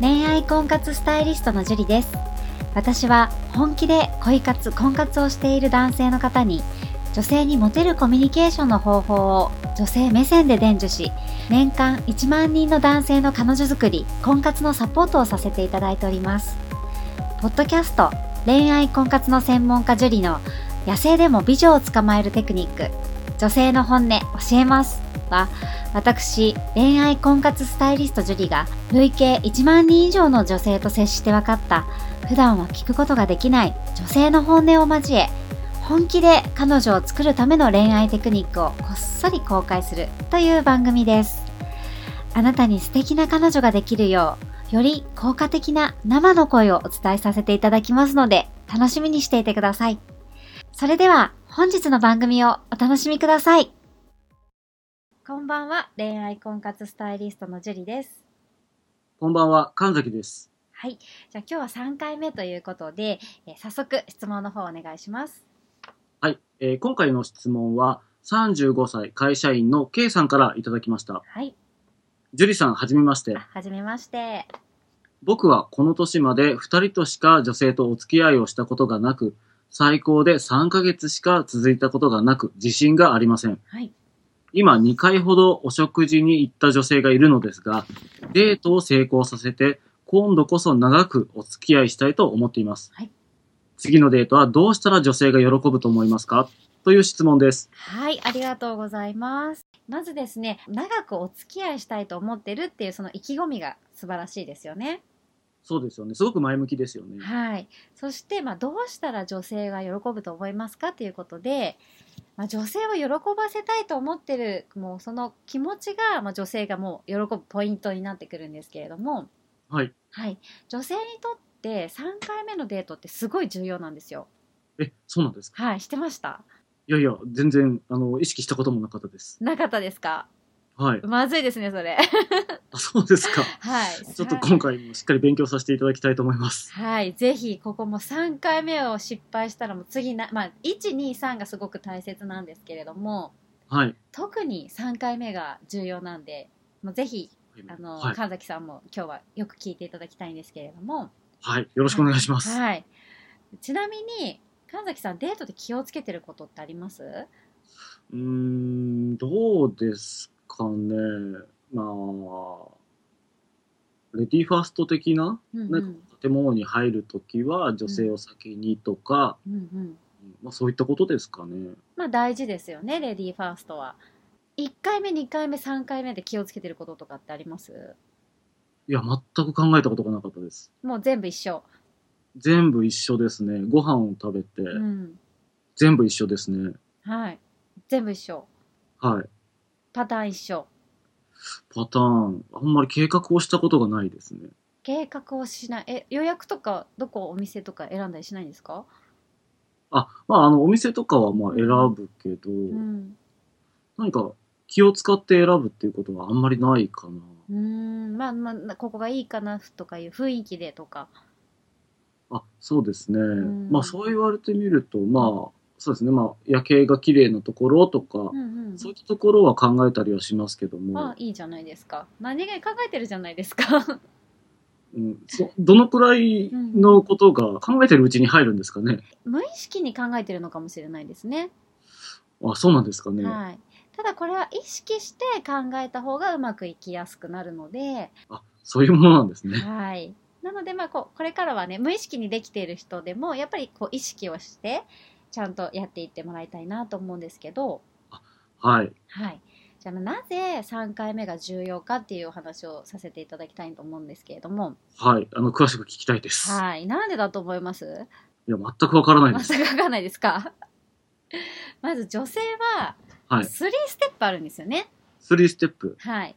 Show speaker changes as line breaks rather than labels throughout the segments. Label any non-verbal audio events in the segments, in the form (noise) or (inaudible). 恋愛婚活スタイリストのジュリです私は本気で恋活婚活をしている男性の方に女性にモテるコミュニケーションの方法を女性目線で伝授し年間1万人の男性の彼女作り婚活のサポートをさせていただいておりますポッドキャスト恋愛婚活の専門家ジュリの野生でも美女を捕まえるテクニック女性の本音教えますは私恋愛婚活スタイリストジュリが累計1万人以上の女性と接して分かった普段は聞くことができない女性の本音を交え本気で彼女を作るための恋愛テクニックをこっそり公開するという番組ですあなたに素敵な彼女ができるようより効果的な生の声をお伝えさせていただきますので楽しみにしていてくださいそれでは本日の番組をお楽しみくださいこんばんは恋愛婚活スタイリストのジュリです
こんばんは、神崎です。
はい。じゃあ今日は3回目ということで、えー早速質問の方お願いします。
はい、えー今回の質問は、35歳会社員の K さんからいただきました。
はい。
樹里さん、はじめまして
あ。はじめまして。
僕はこの年まで2人としか女性とお付き合いをしたことがなく、最高で3ヶ月しか続いたことがなく、自信がありません。
はい。
今2回ほどお食事に行った女性がいるのですが、デートを成功させて、今度こそ長くお付き合いしたいと思っています。
はい
次のデートはどうしたら女性が喜ぶと思いますかという質問です。
はい。ありがとうございます。まずですね、長くお付き合いしたいと思ってるっていうその意気込みが素晴らしいですよね。
そうですよね。すごく前向きですよね。
はい。そして、まあ、どうしたら女性が喜ぶと思いますかということで、まあ、女性を喜ばせたいと思ってる、もうその気持ちが、まあ、女性がもう喜ぶポイントになってくるんですけれども、
はい。
はい、女性にとって3回目のデートってすごい重要なんですよ。
え、そうなんですか
はい、してました。
いやいや、全然、あの、意識したこともなかったです。
なかったですか。
はい。
まずいですね、そ
(laughs)
れ。
あ、そうですか。
はい。
(laughs) ちょっと
さ
今回もしっかり勉強させていただきたいと思います。
はい、ぜひここも3回目を失敗したらもう次な、まあ1、2、3がすごく大切なんですけれども、
はい。
特に3回目が重要なんで、もうぜひあの、
はい。
神崎さんも今日はよく聞いていただきたいんですけれども、
はい。よろしくお願いします。
はい。ちなみに神崎さんデートで気をつけてることってあります？
うーん、どうですかね。まあ、レディーファースト的な
うん
なんか建物に入るときは、女性を先にとか、
うんうん。
まあそういったことですかね。
まあ大事ですよね、レディーファーストは。1回目、2回目、3回目で気をつけてることとかってあります
いや、全く考えたことがなかったです。
もう全部一緒。
全部一緒ですね。ご飯を食べて、
うん。
全部一緒ですね。
はい。全部一緒。
はい。
パターン一緒。
パターン、あんまり計画をしたことがないですね。
計画をしない。え、予約とか、どこ、お店とか選んだりしないんですか
あ、まあ、あの、お店とかはまあ選ぶけど、
うん。
何か気を使って選ぶっていうことはあんまりないかな。
うーん。まあまあ、ここがいいかなとかいう雰囲気でとか。
あ、そうですね。
ん
まあ、そう言われてみると、まあ、そうですね。まあ、夜景が綺麗なところとか、
うんうん。
そういったところは考えたりはしますけど
あ
も、、
いいじゃないですか。何気に考えてるじゃないですか。 (laughs)
うん、そどのくらいのことが考えてるうちに入るんですかね。
無意識に考えてるのかもしれないですね。
あ、そうなんですかね。
はい、ただこれは意識して考えた方がうまくいきやすくなるので、
あ、そういうものなんですね。
はい、なのでまあこうこれからはね無意識にできている人でもやっぱりこう意識をしてちゃんとやっていってもらいたいなと思うんですけど、
はい。
はい、じゃあなぜ3回目が重要かっていうお話をさせていただきたいと思うんですけれども、
はい。あの、詳しく聞きたいです。
はい、なんでだと思います
いや、全くわからない
ま
です。
さかわかんないですか (laughs) まず女性は
はい
3。ステップあるんですよね。
3ステップ。
はい、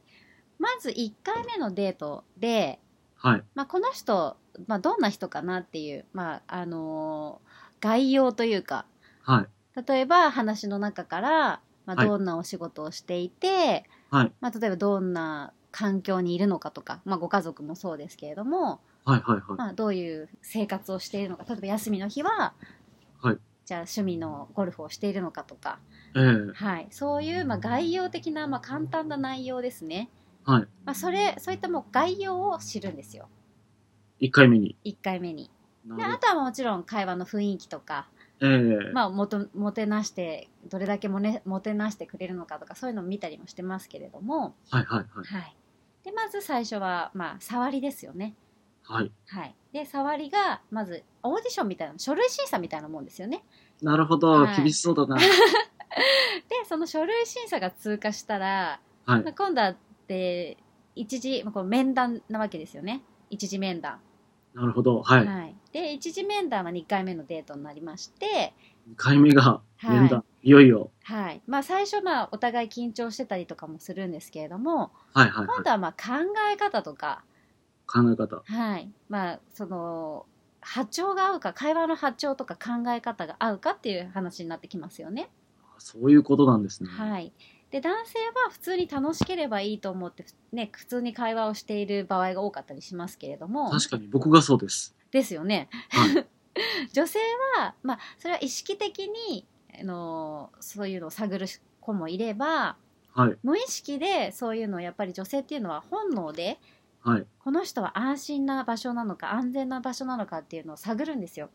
まず1回目のデートで
はい。
まあ、この人、まあ、どんな人かなっていう、まああのー概要というか
はい。
例えば話の中から、ま
は
あ、
い
どんなお仕事をしていて、
はい。
まあ、例えばどんな環境にいるのかとか、まあ、ご家族もそうですけれども、
はい。はい。はい。
まあ、どういう生活をしているのか例えば休みの日は、
はい
じゃあ趣味のゴルフをしているのかとか、
ええ
はい、そういう、まあ、概要的な、まあ、簡単な内容ですね、
はい。
まあ、それそういったもう概要を知るんですよ。
1回目に。
1回目に。
な
で
る
あとはもちろん会話の雰囲気とか、
ええ
まあ、もともてなしてどれだけも,、ね、もてなしてくれるのかとかそういうのを見たりもしてますけれども、
はいはいはい。
はい、でまず最初は、まあ、触りですよね、
はい。
はい、で触りがまずオーディションみたいな書類審査みたいなもんですよね
なるほど、
はい
厳しそ
(laughs)
うだな。
でその書類審査が通過したら、
はい
まあ、。今度はで一時まあこう面談なわけですよね一時面談、
なるほど。はい。
はい、で一時面談は2回目のデートになりまして、
2回目が
はい
面談、い、よいよ。
はいまあ、最初まあお互い緊張してたりとかもするんですけれども
はいはいはい
今。度はまあ考え方とか、
考え方。
はいまあ、その波長が合うか会話の波長とか考え方が合うかっていう話になってきますよね。
そういうことなんですね。
はい、で男性は普通に楽しければいいと思って、ね、普通に会話をしている場合が多かったりしますけれども
確かに僕がそうです。
ですよね。
は
(laughs) 女性は、まあ、それは意識的にあのそういうのを探る子もいれば
はい。
無意識でそういうのをやっぱり女性っていうのは本能で
はい。
この人は安心な場所なのか安全な場所なのかっていうのを探るんですよ。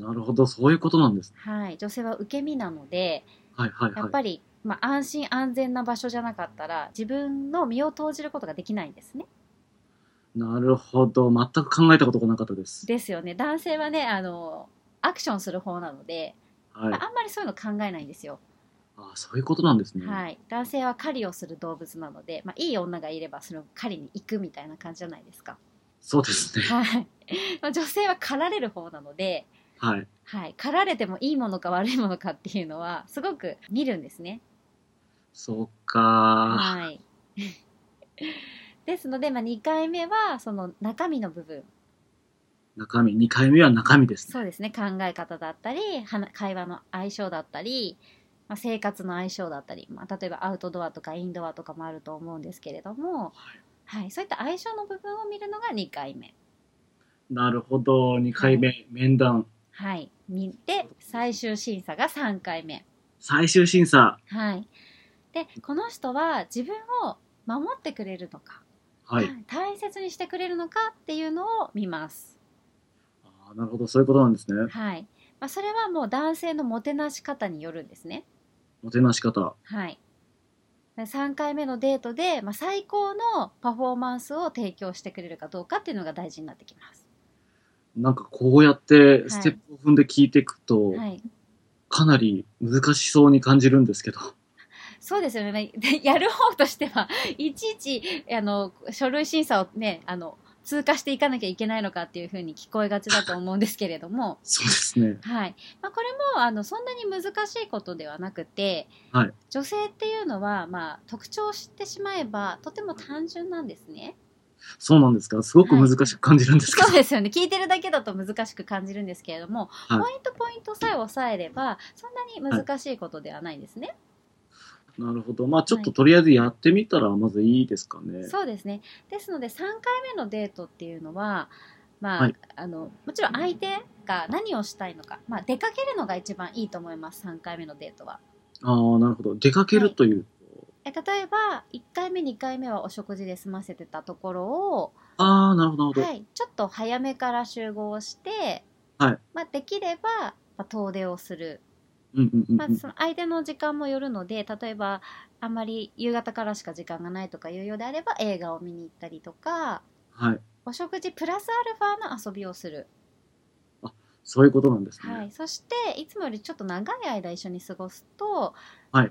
なるほど、そういうことなんです。
はい、女性は受け身なので
はいはい
やっ
はい。
ぱり、まあ、安心安全な場所じゃなかったら自分の身を投じることができないんですね。
なるほど、全く考えたことがなかったです。
ですよね男性はねあのアクションする方なので、
はい。
あんまりそういうの考えないんですよ。
あそういうことなんですね。
はい、男性は狩りをする動物なので、まあ、いい女がいればそれを狩りに行くみたいな感じじゃないですか。
そうですね。 (laughs)
はい、まあ女性は狩られる方なので、
はい。
はい、狩られてもいいものか悪いものかっていうのはすごく見るんですね。
そうか。
はい、 (laughs) ですので、まあ、2回目はその中身の部分
中身、2回目は中身ですね。
そうですね考え方だったりはな会話の相性だったり、まあ、生活の相性だったり、まあ、例えばアウトドアとかインドアとかもあると思うんですけれども、はい、そういった相性の部分を見るのが2回目。
なるほど、2回目、面談。
はい、見て最終審査が3回目。
最終審査。
はい、でこの人は自分を守ってくれるのか、
はい。
はい大切にしてくれるのかっていうのを見ます。
あーなるほど、そういうことなんですね。
はいまあ、それはもう男性のもてなし方によるんですね。
もてなし方。
はい、で3回目のデートで、まあ、最高のパフォーマンスを提供してくれるかどうかっていうのが大事になってきます。
なんかこうやってステップを踏んで聞いていくと、
はい、
かなり難しそうに感じるんですけど。 (laughs)
そうですよね。 (laughs) でやる方としては、 (laughs) いちいち、あの、書類審査をね、あの、通過していかなきゃいけないのかっていうふうに聞こえがちだと思うんですけれども、
そうですね。
はい。まあ、これも、あの、そんなに難しいことではなくて、
はい
女性っていうのは、まあ、特徴を知ってしまえば、とても単純なんですね。
そうなんですか。すごく難しく感じるんですけど。
そうですよね。聞いてるだけだと難しく感じるんですけれども、
はい
ポイントポイントさえ押さえれば、そんなに難しいことではないんですね。
(laughs) なるほど。まあちょっととりあえずやってみたらまずいいですかね。
そうですね。ですので3回目のデートっていうのは、まあ、
はい
あのもちろん相手が何をしたいのか、まあ、出かけるのが一番いいと思います。3回目のデートは。
ああ、なるほど。出かけるという。
え例えば1回目2回目はお食事で済ませてたところ
ああ、なるほど、な
を、
るほ
は
ど。
い、ちょっと早めから集合して、
はい
まあ、できれば、まあ、遠出をする、
うんうんうん
ま
う
あ、
ん。
その相手の時間もよるので例えばあんまり夕方からしか時間がないとかいうようであれば映画を見に行ったりとか
はい。
お食事プラスアルファの遊びをする、
そういうことなんですね。
はい、そしていつもよりちょっと長い間一緒に過ごすと、
はい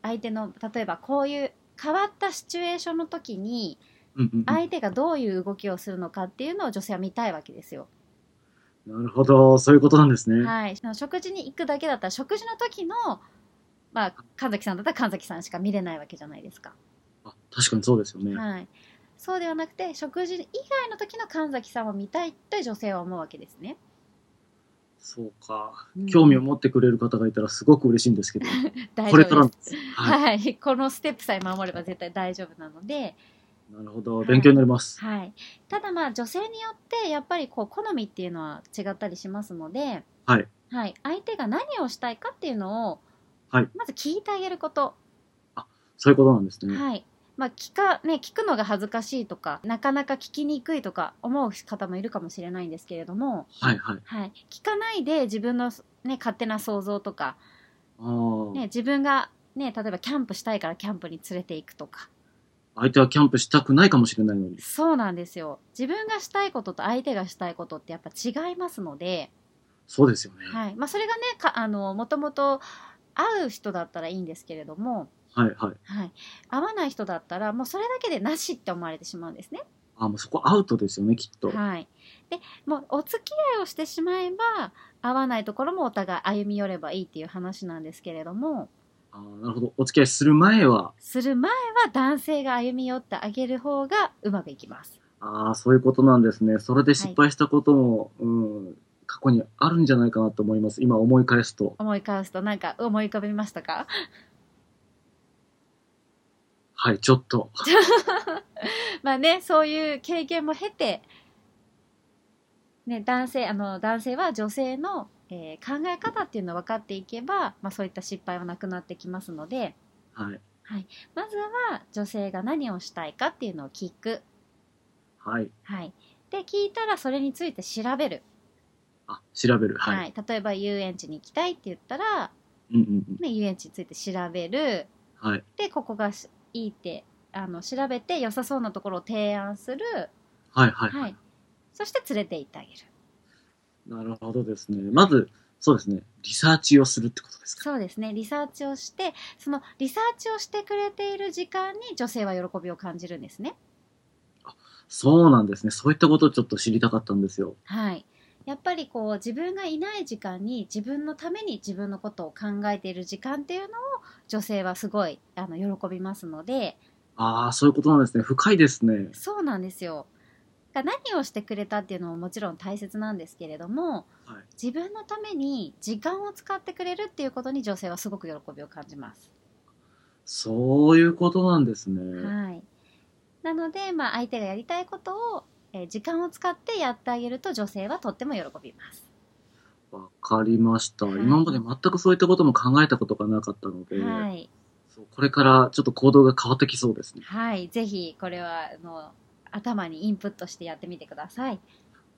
相手の例えばこういう変わったシチュエーションの時に
うんうんうん
相手がどういう動きをするのかっていうのを女性は見たいわけですよ。
なるほど。そういうことなんですね。
はい、食事に行くだけだったら食事の時の、まあ、神崎さんだったら神崎さんしか見れないわけじゃないですか。
あ確かにそうですよね。
はい、そうではなくて食事以外の時の神崎さんを見たいって女性は思うわけですね。
そうか
うん。
興味を持ってくれる方がいたらすごく嬉しいんですけど。
(laughs) 大丈
これから
夫
も
です。
はい。
はい、このステップさえ守れば絶対大丈夫なので、
なるほど。
はい
勉強になります。
はい、ただまあ女性によってやっぱりこう好みっていうのは違ったりしますので、
はい
はい、相手が何をしたいかっていうのを、
はい
まず聞いてあげること、
そういうことなんですね。
はい、まあ聞か、ね、聞くのが恥ずかしいとか、なかなか聞きにくいとか思う方もいるかもしれないんですけれども、
はいはい。
はい、聞かないで自分の、ね、勝手な想像とか、
ああ、
ね、自分が、ね、例えばキャンプしたいからキャンプに連れていくとか、
相手はキャンプしたくないかもしれないのに。
そうなんですよ。自分がしたいことと相手がしたいことってやっぱ違いますので、
そうですよね。
はい。まあ、それがね、か、あの、もともと会う人だったらいいんですけれども、
はいはい。
はい。会わない人だったら、もうそれだけでなしって思われてしまうんですね。
あもうそこアウトですよね、きっと。
はい。で、もうお付き合いをしてしまえば、会わないところもお互い歩み寄ればいいっていう話なんですけれども、
あーなるほど。お付き合いする前は、
する前は男性が歩み寄ってあげる方がうまくいきます。
ああ、そういうことなんですね。それで失敗したことも、うん、過去にあるんじゃないかなと思います。今思い返すと。
思い返すとなんか思い浮かびましたか (laughs)
はい、ちょっと。
まあね、そういう経験も経て、ね、男性、あの、男性は女性の、えー考え方っていうのを分かっていけば、まあそういった失敗はなくなってきますので、
はい。
まずは女性が何をしたいかっていうのを聞く。
はい。
はい。で、聞いたらそれについて調べる。
あ、調べる。
はい。
はい。
例えば遊園地に行きたいって言ったら、
うんうんうん。
ね、遊園地について調べる。
はい。
で、ここがしいいって、あの、調べて良さそうなところを提案する。
はいはい。
は
はいい。。
そして連れて行ってあげる。
なるほどですね。まず、そうですね。リサーチをするってことですか。
そうですね。リサーチをして、そのリサーチをしてくれている時間に女性は喜びを感じるんですね。
そうなんですね。そういったことをちょっと知りたかったんですよ。
はい。やっぱりこう自分がいない時間に自分のために自分のことを考えている時間っていうのを女性はすごいあの喜びますので、
ああ、そういうことなんですね。深いですね。
そうなんですよ。が何をしてくれたっていうのももちろん大切なんですけれども、
はい
自分のために時間を使ってくれるっていうことに女性はすごく喜びを感じます。
そういうことなんですね。
はい。なので、まあ、相手がやりたいことを、えー時間を使ってやってあげると女性はとっても喜びます。
わかりました。
はい
今まで全くそういったことも考えたことがなかったので、
はい。
そうこれからちょっと行動が変わってきそうですね。
はい。ぜひ、これは、あの、頭にインプットしてやってみてください。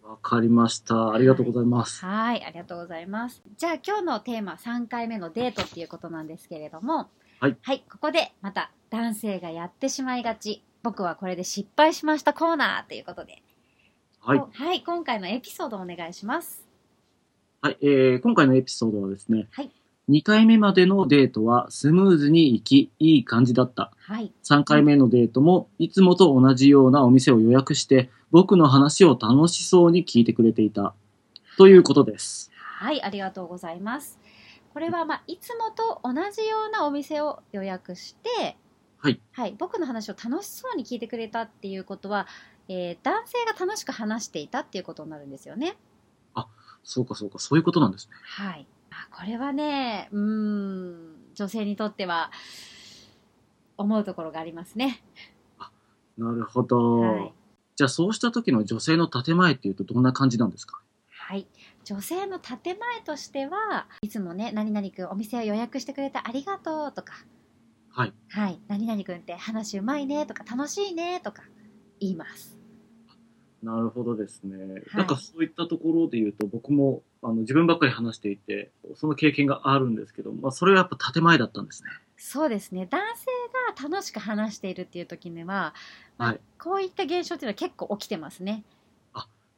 わかりました。ありがとうございます。
はい。ありがとうございます。じゃあ、今日のテーマ、3回目のデートっていうことなんですけれども、
はい。
ここで、また、男性がやってしまいがち。僕はこれで失敗しましたコーナーということで。
はい。
はい。今回のエピソードお願いします。
はい、えー今回のエピソードはですね、
はい
2回目までのデートはスムーズにいき、いい感じだった。
はい。
3回目のデートも、いつもと同じようなお店を予約して、僕の話を楽しそうに聞いてくれていた。ということです。
はい、ありがとうございます。これは、まあ、いつもと同じようなお店を予約して、
はい。
僕の話を楽しそうに聞いてくれたっていうことは、えー男性が楽しく話していたっていうことになるんですよね。
そうかそうか、そういうことなんですね。
はい。あこれはね、うーん、女性にとっては、思うところがありますね。
なるほど。
はい。
じゃあ、そうした時の女性の建前っていうとどんな感じなんですか
はい、女性の建前としてはいつもね「何々くんお店を予約してくれてありがとう」とか「
はい、
はい、何々くんって話うまいね」とか「楽しいね」とか言います。
なるほどですね。
はい
なんかそういったところで言うと、僕もあの自分ばっかり話していて、その経験があるんですけど、まあ、それはやっぱ建前だったんですね。
そうですね男性が楽しく話しているっていう時には、まあ
はい
こういった現象っていうのは結構起きてますね。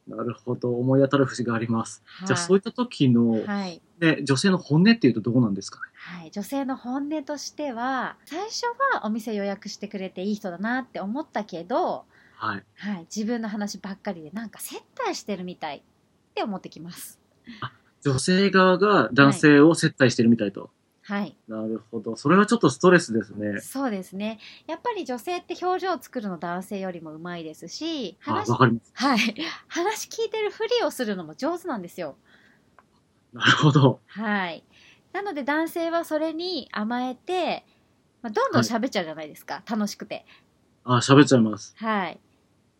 なるほど、思い当たる節があります。
はい
じゃあ、そういった時の、
はい
ね、女性の本音っていうとどうなんですかね。
はい、女性の本音としては最初はお店予約してくれていい人だなって思ったけど、
はい。
はい、自分の話ばっかりでなんか接待してるみたいって思ってきます。
女性側が男性を接待してるみたいと。
はい、
なるほど。それはちょっとストレスですね。
そうですね。やっぱり女性って表情を作るの男性よりも上手いですし、
あ、
話
わ、かります。
はい、話聞いてるふりをするのも上手なんですよ。
なるほど。
はい。なので男性はそれに甘えて、まあ、どんどん喋っちゃうじゃないですか、楽しくて。
あ、喋っちゃいます。
はい。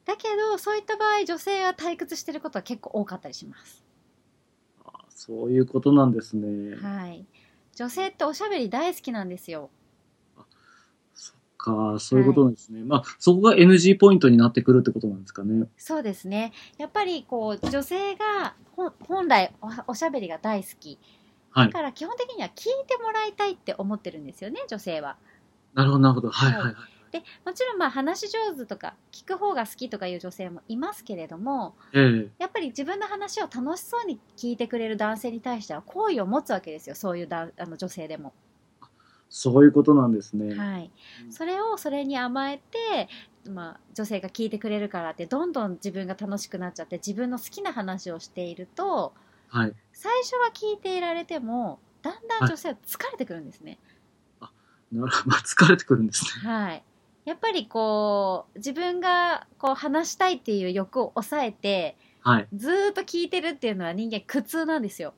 だけど、そういった場合、女性が退屈してることは結構多かったりします。
あそういうことなんですね。
はい。女性っておしゃべり大好きなんですよ。
そっか、そういうことなんですね。まあ、そこが NG ポイントになってくるってことなんですかね。
そうですね。やっぱりこう女性がほ本来おおしゃべりが大好き。
はい
だから基本的には聞いてもらいたいって思ってるんですよね、女性は。
なるほど、なるほど。はい、
は
はいい、はい。
で、もちろんまあ話し上手とか聞く方が好きとかいう女性もいますけれども、
ええ
やっぱり自分の話を楽しそうに聞いてくれる男性に対しては好意を持つわけですよ、そういうだあの女性でも。
そういうことなんですね。
はい
うん、
それをそれに甘えて、まあ、女性が聞いてくれるからってどんどん自分が楽しくなっちゃって自分の好きな話をしていると
はい。
最初は聞いていられてもだんだん女性は疲れてくるんですね。
なる (laughs) まあ、疲れてくるんですね。
はいやっぱりこう自分がこう話したいっていう欲を抑えて
はい。
ずーっと聞いてるっていうのは人間苦痛なんですよ。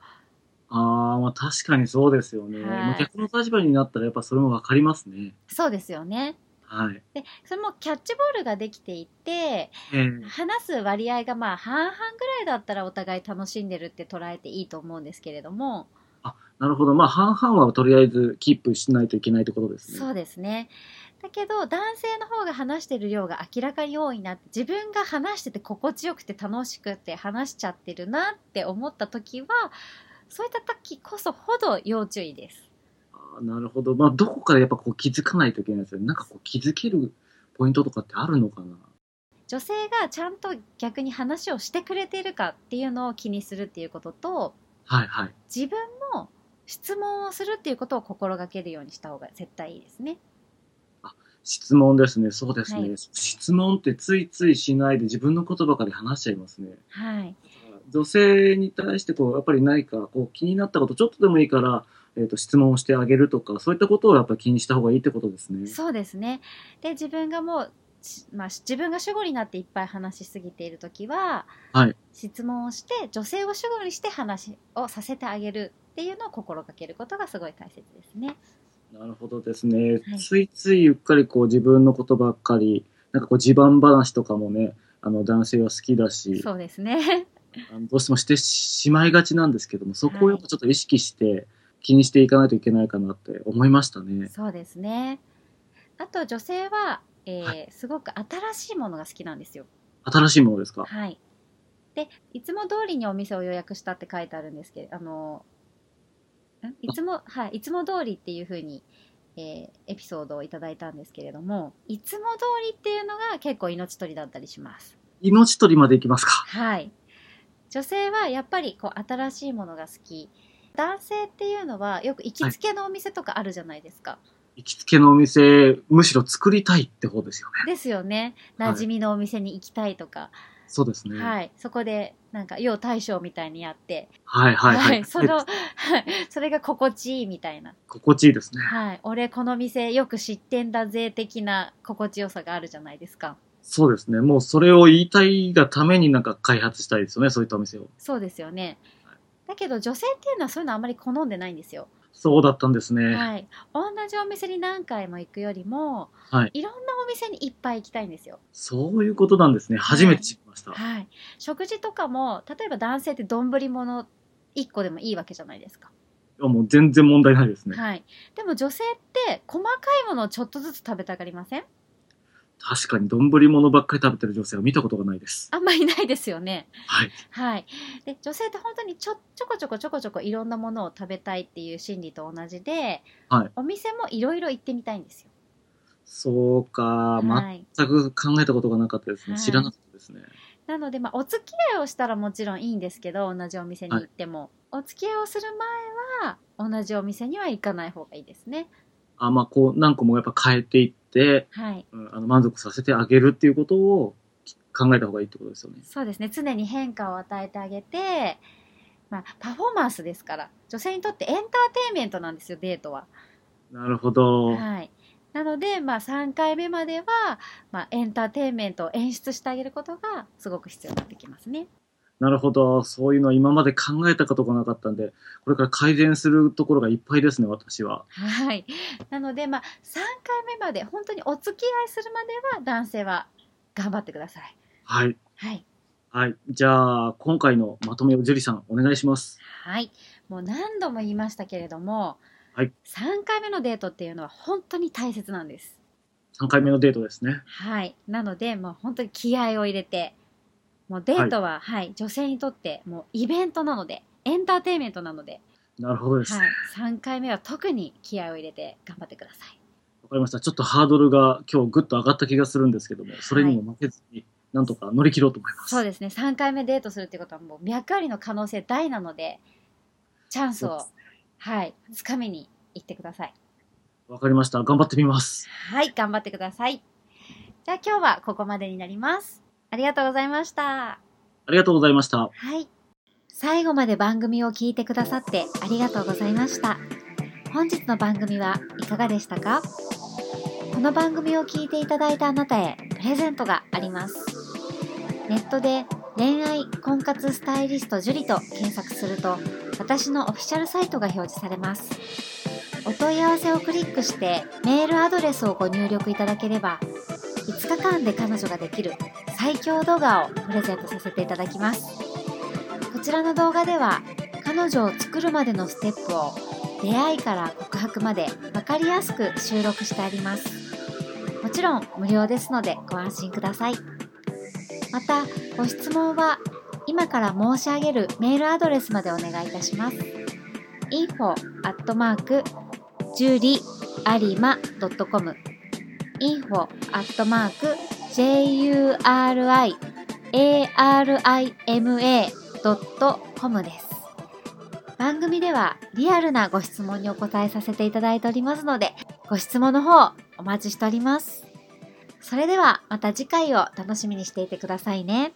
ああ、まあ確かにそうですよね。
はい
まあ、逆の立場になったらやっぱそれもわかりますね。
そうですよね。
はい。
でそれもキャッチボールができていて
ええ
話す割合がまあ半々ぐらいだったらお互い楽しんでるって捉えていいと思うんですけれども、
なるほど。まあ半々はとりあえずキープしないといけないってことですね。
そうですねだけど男性の方が話してる量が明らかに多いなって自分が話してて心地よくて楽しくて話しちゃってるなって思った時はそういった時こそほど要注意です。
あーなるほど。まあどこかでやっぱこう気づかないといけないですよね。なんかこう気づけるポイントとかってあるのかな
女性がちゃんと逆に話をしてくれてるかっていうのを気にするっていうことと
はいはい。
自分も質問をするっていうことを心がけるようにした方が絶対いいですね。
質問ですね。そうですね。
はい
質問ってついついしないで自分のことばかり話しちゃいますね。
はい、
女性に対してこうやっぱり何かこう気になったことちょっとでもいいから、えー、と質問をしてあげるとかそういったことをやっぱり気にした方がいいってことですね。
そうですね。で自分がもう、しまあ、し自分が主語になっていっぱい話しすぎている時は、
はい
質問をして女性を主語にして話をさせてあげるっていうのを心がけることがすごい大切ですね。
なるほどですね、
はい
ついついゆっかりこう自分のことばっかりなんかこう地盤話とかもねあの男性は好きだし
そうですね。
あのどうしてもしてしまいがちなんですけどもそこをやっぱちょっと意識して気にしていかないといけないかなって思いましたね。
そうですね。あと女性は、えー
は
すごく新しいものが好きなんですよ。
新しいものですか
はい。で、いつも通りにお店を予約したって書いてあるんですけど、あの、んいつも、はい、いつも通りっていうふうに、えーエピソードをいただいたんですけれども、いつも通りっていうのが結構命取りだったりします。
命取りまでいきますか
はい。女性はやっぱりこう新しいものが好き。男性っていうのはよく行きつけのお店とかあるじゃないですか。
行きつけのお店むしろ作りたいって方ですよね。
ですよね。
はい
馴染みのお店に行きたいとか。
そうですね。
はい。そこでなんか、要大将みたいにやって、
はいはいはい。
そ
(laughs)
の、はいそれが心地いいみたいな。
心地いいですね。
はい。俺この店よく知ってんだぜ的な心地よさがあるじゃないですか。
そうですね。もうそれを言いたいがためになんか開発したいですよね。そういったお店を。
そうですよね
はい。
だけど女性っていうのはそういうのあまり好んでないんですよ。
そうだったんですね。
はい。同じお店に何回も行くよりも、
はい
ろんなお店にいっぱい行きたいんですよ。
そういうことなんですね。初めて知りました。
はい。食事とかも、例えば男性って丼物1個でもいいわけじゃないですか。
いやもう全然問題ないですね。
はい。でも女性って細かいものをちょっとずつ食べたがりません
確かに丼物ばっかり食べてる女性は見たことがないです。
あんまりいないですよね。
はい。
はい、で女性って本当にちょちょこちょこちょこちょこいろんなものを食べたいっていう心理と同じで、
はい
お店もいろいろ行ってみたいんですよ。
そうか。
はい、
全く考えたことがなかったですね。
はい
知らなかったですね。
なので、まあ、お付き合いをしたらもちろんいいんですけど同じお店に行っても、お付き合いをする前は同じお店には行かない方がいいですね。
あ、まあこう何個もやっぱ変えていって、
はい、
うん、あの満足させてあげるっていうことを考えた方がいいってことですよね。
そうですね常に変化を与えてあげて、まあ、パフォーマンスですから女性にとってエンターテインメントなんですよデートは。
なるほど。
はい、なので、まあ、3回目までは、まあ、エンターテインメントを演出してあげることがすごく必要になってきますね。
なるほど。そういうのは今まで考えたことがなかったんで、これから改善するところがいっぱいですね、私は。
はい、なので、まあ、3回目まで本当にお付き合いするまでは男性は頑張ってください。
はい。
はい
はい。じゃあ、今回のまとめをジュリさん、お願いします。
はい、もう何度も言いましたけれども、
はい
3回目のデートっていうのは本当に大切なんです。
3回目のデートですね。
はい。なので、もう本当に気合を入れて、もうデートは、はい、女性にとって、もうイベントなので、エンターテインメントなので、
なるほどです。わ、
はい。3回目は特に気合を入れて頑張ってください。
かりました。ちょっとハードルが今日ぐっと上がった気がするんですけども、それにも負けずに、なんとか乗り切ろうと思います。
そうですね。3回目デートするってことは、もう脈ありの可能性大なので、チャンス
そう
を
です、
はい、つかみに行ってください。
わかりました。頑張ってみます。
はい、頑張ってください。じゃあ今日はここまでになります。ありがとうございました。
ありがとうございました。
はい。最後まで番組を聞いてくださってありがとうございました。本日の番組はいかがでしたかこの番組を聞いていただいたあなたへプレゼントがあります。ネットで恋愛婚活スタイリスト樹里と検索すると私のオフィシャルサイトが表示されます。お問い合わせをクリックしてメールアドレスをご入力いただければ5日間で彼女ができる最強動画をプレゼントさせていただきます。こちらの動画では彼女を作るまでのステップを出会いから告白まで分かりやすく収録してありますもちろん無料ですのでご安心くださいまたご質問は今から申し上げるメールアドレスまでお願いいたします info at mark juriarima.com info at mark juriarima .com です。番組ではリアルなご質問にお答えさせていただいておりますので、ご質問の方お待ちしております。それではまた次回を楽しみにしていてくださいね。